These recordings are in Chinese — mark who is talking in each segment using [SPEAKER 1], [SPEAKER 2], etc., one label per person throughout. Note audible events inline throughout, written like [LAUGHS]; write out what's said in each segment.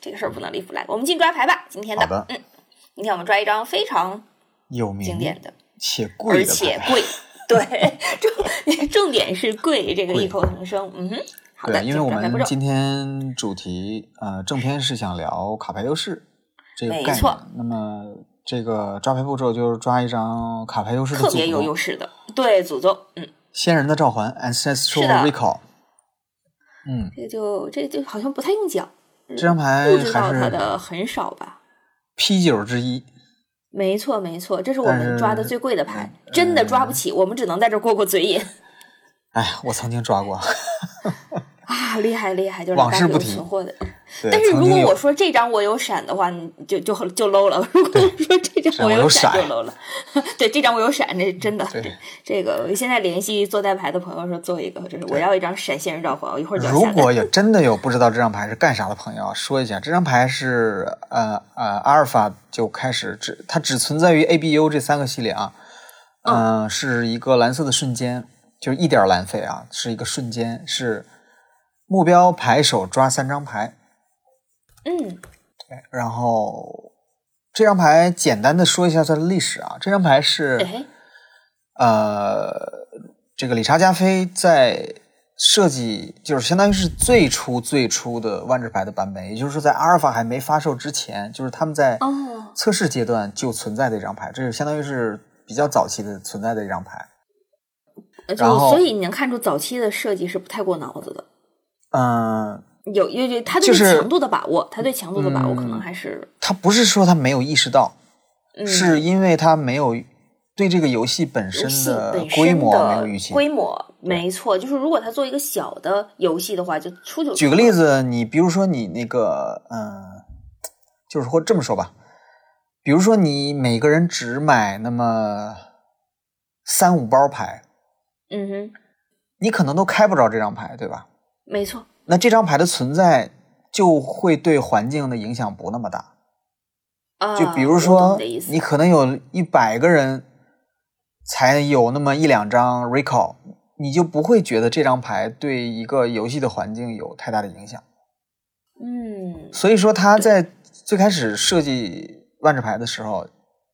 [SPEAKER 1] 这个事儿不能立 flag。我们进抓牌吧，今天
[SPEAKER 2] 好的
[SPEAKER 1] 嗯，今天我们抓一张非常
[SPEAKER 2] 有
[SPEAKER 1] 经
[SPEAKER 2] 名
[SPEAKER 1] 典的，
[SPEAKER 2] 且
[SPEAKER 1] 而
[SPEAKER 2] 贵的
[SPEAKER 1] 且
[SPEAKER 2] 牌。
[SPEAKER 1] 贵，对，重重点是贵，这个
[SPEAKER 2] 贵
[SPEAKER 1] 异口同声，嗯哼，好的，
[SPEAKER 2] 对，因为我
[SPEAKER 1] 进入抓牌步
[SPEAKER 2] 们
[SPEAKER 1] 骤
[SPEAKER 2] 今天主题呃正片是想聊卡牌优势这个
[SPEAKER 1] 没
[SPEAKER 2] 概念
[SPEAKER 1] 错。
[SPEAKER 2] 那么这个抓牌步骤就是抓一张卡牌优势的
[SPEAKER 1] 特
[SPEAKER 2] 组
[SPEAKER 1] 别有
[SPEAKER 2] 合
[SPEAKER 1] 优，势的，对，祖宗，嗯，
[SPEAKER 2] 先人的召唤
[SPEAKER 1] 是的
[SPEAKER 2] （Ancestral Recall）。嗯，
[SPEAKER 1] 这个就这个就好像不太用讲，
[SPEAKER 2] 这张牌
[SPEAKER 1] 不知道
[SPEAKER 2] 哎还
[SPEAKER 1] 它
[SPEAKER 2] 是
[SPEAKER 1] 的很少吧。
[SPEAKER 2] P 九之一。
[SPEAKER 1] 没错，没错，这是我们
[SPEAKER 2] 但
[SPEAKER 1] 抓的
[SPEAKER 2] 是嗯
[SPEAKER 1] 最贵的牌，真的抓不起，我们只能在这儿过过嘴瘾
[SPEAKER 2] 哎，我曾经抓过，
[SPEAKER 1] 啊！厉害厉害，就是
[SPEAKER 2] 往
[SPEAKER 1] 大
[SPEAKER 2] 事
[SPEAKER 1] 家
[SPEAKER 2] 不
[SPEAKER 1] 有
[SPEAKER 2] 提
[SPEAKER 1] 存货的。
[SPEAKER 2] 对
[SPEAKER 1] 但是
[SPEAKER 2] 曾
[SPEAKER 1] 如果
[SPEAKER 2] 经有
[SPEAKER 1] 我说这张我有闪的话，你就就就 low 了； [LAUGHS] 如果说这张
[SPEAKER 2] 我
[SPEAKER 1] 有
[SPEAKER 2] 有
[SPEAKER 1] 闪就
[SPEAKER 2] 闪
[SPEAKER 1] low 了， [LAUGHS] 对，这张我有闪，这是真的。
[SPEAKER 2] 对，
[SPEAKER 1] 这个我现在联系做代牌的朋友说做一个，就是我
[SPEAKER 2] 对
[SPEAKER 1] 要一张闪现人召唤，我一会儿就要
[SPEAKER 2] 如
[SPEAKER 1] 下单。
[SPEAKER 2] 果有真的有不知道这张牌是干啥的朋友，说一下，这张牌是呃呃阿尔法就开始只它只存在于 A B U 这三个系列啊，嗯、是一个蓝色的瞬间，就是一点蓝费啊，是一个瞬间，是目标牌手抓三张牌，
[SPEAKER 1] 嗯，
[SPEAKER 2] 然后这张牌简单的说一下它的历史啊，这张牌是。
[SPEAKER 1] 哎，
[SPEAKER 2] 呃，这个理查加菲在设计，就是相当于是最初最初的万智牌的版本，也就是说在阿尔法还没发售之前，就是他们在
[SPEAKER 1] 哦，
[SPEAKER 2] 测试阶段就存在的一张牌，这是相当于是比较早期的存在的一张牌。
[SPEAKER 1] 呃就
[SPEAKER 2] 然后
[SPEAKER 1] 所以你能看出早期的设计是不太过脑子的。
[SPEAKER 2] 嗯、
[SPEAKER 1] 有有有，他对
[SPEAKER 2] 就是
[SPEAKER 1] 强度的把握，他对强度的把握可能
[SPEAKER 2] 嗯
[SPEAKER 1] 还是
[SPEAKER 2] 他不是说他没有意识到，
[SPEAKER 1] 嗯
[SPEAKER 2] 是因为他没有对这个游戏本
[SPEAKER 1] 游
[SPEAKER 2] 身
[SPEAKER 1] 戏
[SPEAKER 2] 的
[SPEAKER 1] 本身
[SPEAKER 2] 规模没有
[SPEAKER 1] 的
[SPEAKER 2] 预期。
[SPEAKER 1] 规模没错，就是如果他做一个小的游戏的话，就出就
[SPEAKER 2] 举个例子，你比如说你那个，嗯、就是或这么说吧，比如说你每个人只买那么三五包牌，
[SPEAKER 1] 嗯哼，
[SPEAKER 2] 你可能都开不着这张牌，对吧？
[SPEAKER 1] 没错，
[SPEAKER 2] 那这张牌的存在就会对环境的影响不那么大。
[SPEAKER 1] 啊，
[SPEAKER 2] 就比如
[SPEAKER 1] 我懂
[SPEAKER 2] 说
[SPEAKER 1] 你的意，思
[SPEAKER 2] 你可能有一百个人才有那么一两张 recall，你就不会觉得这张牌对一个游戏的环境有太大的影响。
[SPEAKER 1] 嗯，
[SPEAKER 2] 所以说他在最开始设计万智牌的时候，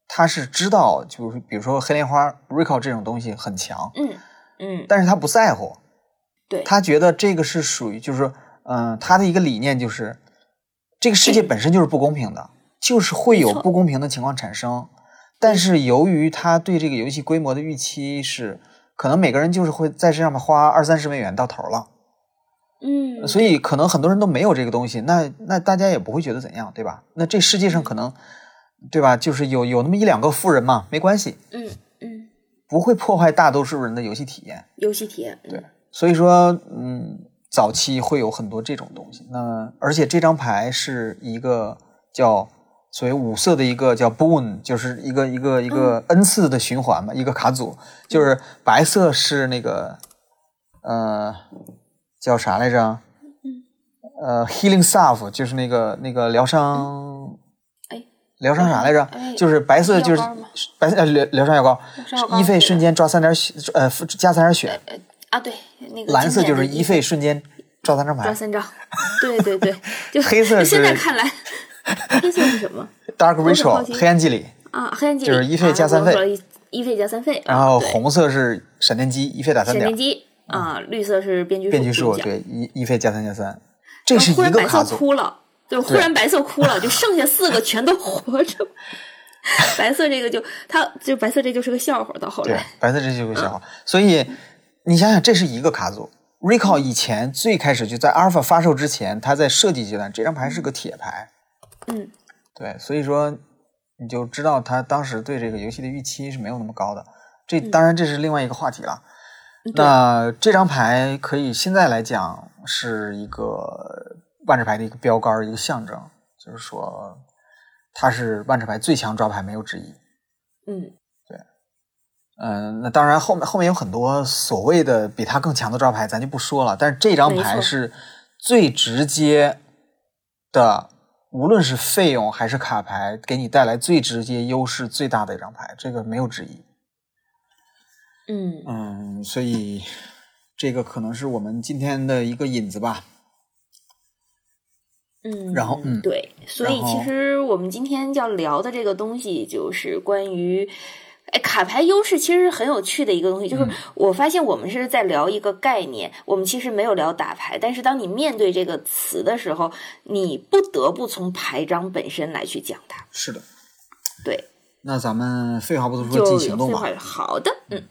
[SPEAKER 2] 他是知道，就是比如说黑莲花 recall 这种东西很强，
[SPEAKER 1] 嗯嗯，
[SPEAKER 2] 但是他不在乎，
[SPEAKER 1] 对，
[SPEAKER 2] 他觉得这个是属于就是嗯、呃他的一个理念就是，这个世界本身就是不公平的，就是会有
[SPEAKER 1] 没错
[SPEAKER 2] 不公平的情况产生。但是由于他对这个游戏规模的预期是，可能每个人就是会在这上面花二三十美元到头了，
[SPEAKER 1] 嗯，
[SPEAKER 2] 所以可能很多人都没有这个东西，那那大家也不会觉得怎样，对吧？那这世界上可能，对吧？就是有有那么一两个富人嘛，没关系，
[SPEAKER 1] 嗯嗯，
[SPEAKER 2] 不会破坏大多数人的游戏体验。
[SPEAKER 1] 游戏体验，嗯
[SPEAKER 2] 对，所以说，嗯，早期会有很多这种东西。那而且这张牌是一个叫所谓五色的一个叫 boon，就是一个一个一
[SPEAKER 1] 嗯
[SPEAKER 2] 个 n 次的循环嘛，一个卡组，就是白色是那个呃叫啥来着？
[SPEAKER 1] 嗯
[SPEAKER 2] 呃，healing staff 就是那个那个疗伤，
[SPEAKER 1] 哎，
[SPEAKER 2] 疗伤啥来着？
[SPEAKER 1] 哎
[SPEAKER 2] 就是白色就是
[SPEAKER 1] 药膏吗
[SPEAKER 2] 白呃疗疗伤药膏
[SPEAKER 1] 疗伤药，膏
[SPEAKER 2] 一费
[SPEAKER 1] 对
[SPEAKER 2] 瞬间抓三点血，呃加三点血，
[SPEAKER 1] 啊，对，那个
[SPEAKER 2] 蓝色就是
[SPEAKER 1] 一
[SPEAKER 2] 一费瞬间抓三张
[SPEAKER 1] 抓
[SPEAKER 2] 牌
[SPEAKER 1] 三
[SPEAKER 2] [LAUGHS]
[SPEAKER 1] 张，对对对，就
[SPEAKER 2] 黑色
[SPEAKER 1] 现在
[SPEAKER 2] 是 [LAUGHS]
[SPEAKER 1] 看来，黑色是什么
[SPEAKER 2] ，Dark
[SPEAKER 1] 我很好
[SPEAKER 2] Ritual
[SPEAKER 1] 奇
[SPEAKER 2] 黑暗祭礼，
[SPEAKER 1] 啊？黑暗精
[SPEAKER 2] 就是
[SPEAKER 1] 灵
[SPEAKER 2] 一费
[SPEAKER 1] 啊
[SPEAKER 2] 加三
[SPEAKER 1] 我说
[SPEAKER 2] 费
[SPEAKER 1] 了一一费加三费，
[SPEAKER 2] 然后
[SPEAKER 1] 啊对
[SPEAKER 2] 红色是闪电击，一费打三
[SPEAKER 1] 闪
[SPEAKER 2] 点嗯
[SPEAKER 1] 电，击啊，绿色是编剧
[SPEAKER 2] 变局
[SPEAKER 1] 术
[SPEAKER 2] 数
[SPEAKER 1] 不用讲
[SPEAKER 2] 对一一费加三加三，这
[SPEAKER 1] 然
[SPEAKER 2] 是
[SPEAKER 1] 后啊忽
[SPEAKER 2] 一
[SPEAKER 1] 然
[SPEAKER 2] 个
[SPEAKER 1] 白
[SPEAKER 2] 卡
[SPEAKER 1] 色
[SPEAKER 2] 组，
[SPEAKER 1] 哭了，
[SPEAKER 2] [LAUGHS]
[SPEAKER 1] 就忽
[SPEAKER 2] 对
[SPEAKER 1] 然白色哭了，就剩下四个全都活
[SPEAKER 2] [LAUGHS]
[SPEAKER 1] 着。白色这个就他就白色这就是个笑话，到后
[SPEAKER 2] 对
[SPEAKER 1] 来，
[SPEAKER 2] 白色这就是个消
[SPEAKER 1] 嗯
[SPEAKER 2] 耗，所以你想想这是一个卡组。Recall 以前最开始就在 Alpha 发售之前，它在设计阶段这张牌是个铁牌，
[SPEAKER 1] 嗯，
[SPEAKER 2] 对，所以说你就知道他当时对这个游戏的预期是没有那么高的。这当然这是另外一个话题了。那这张牌可以现在来讲是一个万智牌的一个标杆儿，一个象征，就是说它是万智牌最强抓牌，没有之一。
[SPEAKER 1] 嗯，
[SPEAKER 2] 嗯，那当然后面后面有很多所谓的比它更强的抓牌，咱就不说了。但是这张
[SPEAKER 1] 没
[SPEAKER 2] 牌
[SPEAKER 1] 错
[SPEAKER 2] 是最直接的，无论是费用还是卡牌，给你带来最直接优势最大的一张牌，这个没有之一。
[SPEAKER 1] 嗯，
[SPEAKER 2] 嗯，所以这个可能是我们今天的一个引子吧。
[SPEAKER 1] 嗯，
[SPEAKER 2] 然后嗯
[SPEAKER 1] 对，所以
[SPEAKER 2] 然后
[SPEAKER 1] 其实我们今天要聊的这个东西，就是关于，哎，卡牌优势其实是很有趣的一个东西。
[SPEAKER 2] 嗯
[SPEAKER 1] 就是我发现我们是在聊一个概念，我们其实没有聊打牌，但是当你面对这个词的时候，你不得不从牌张本身来去讲它。
[SPEAKER 2] 是的。
[SPEAKER 1] 对，
[SPEAKER 2] 那咱们废话不多说，
[SPEAKER 1] 就
[SPEAKER 2] 进
[SPEAKER 1] 有
[SPEAKER 2] 行动
[SPEAKER 1] 废
[SPEAKER 2] 吧
[SPEAKER 1] 话。好的，嗯，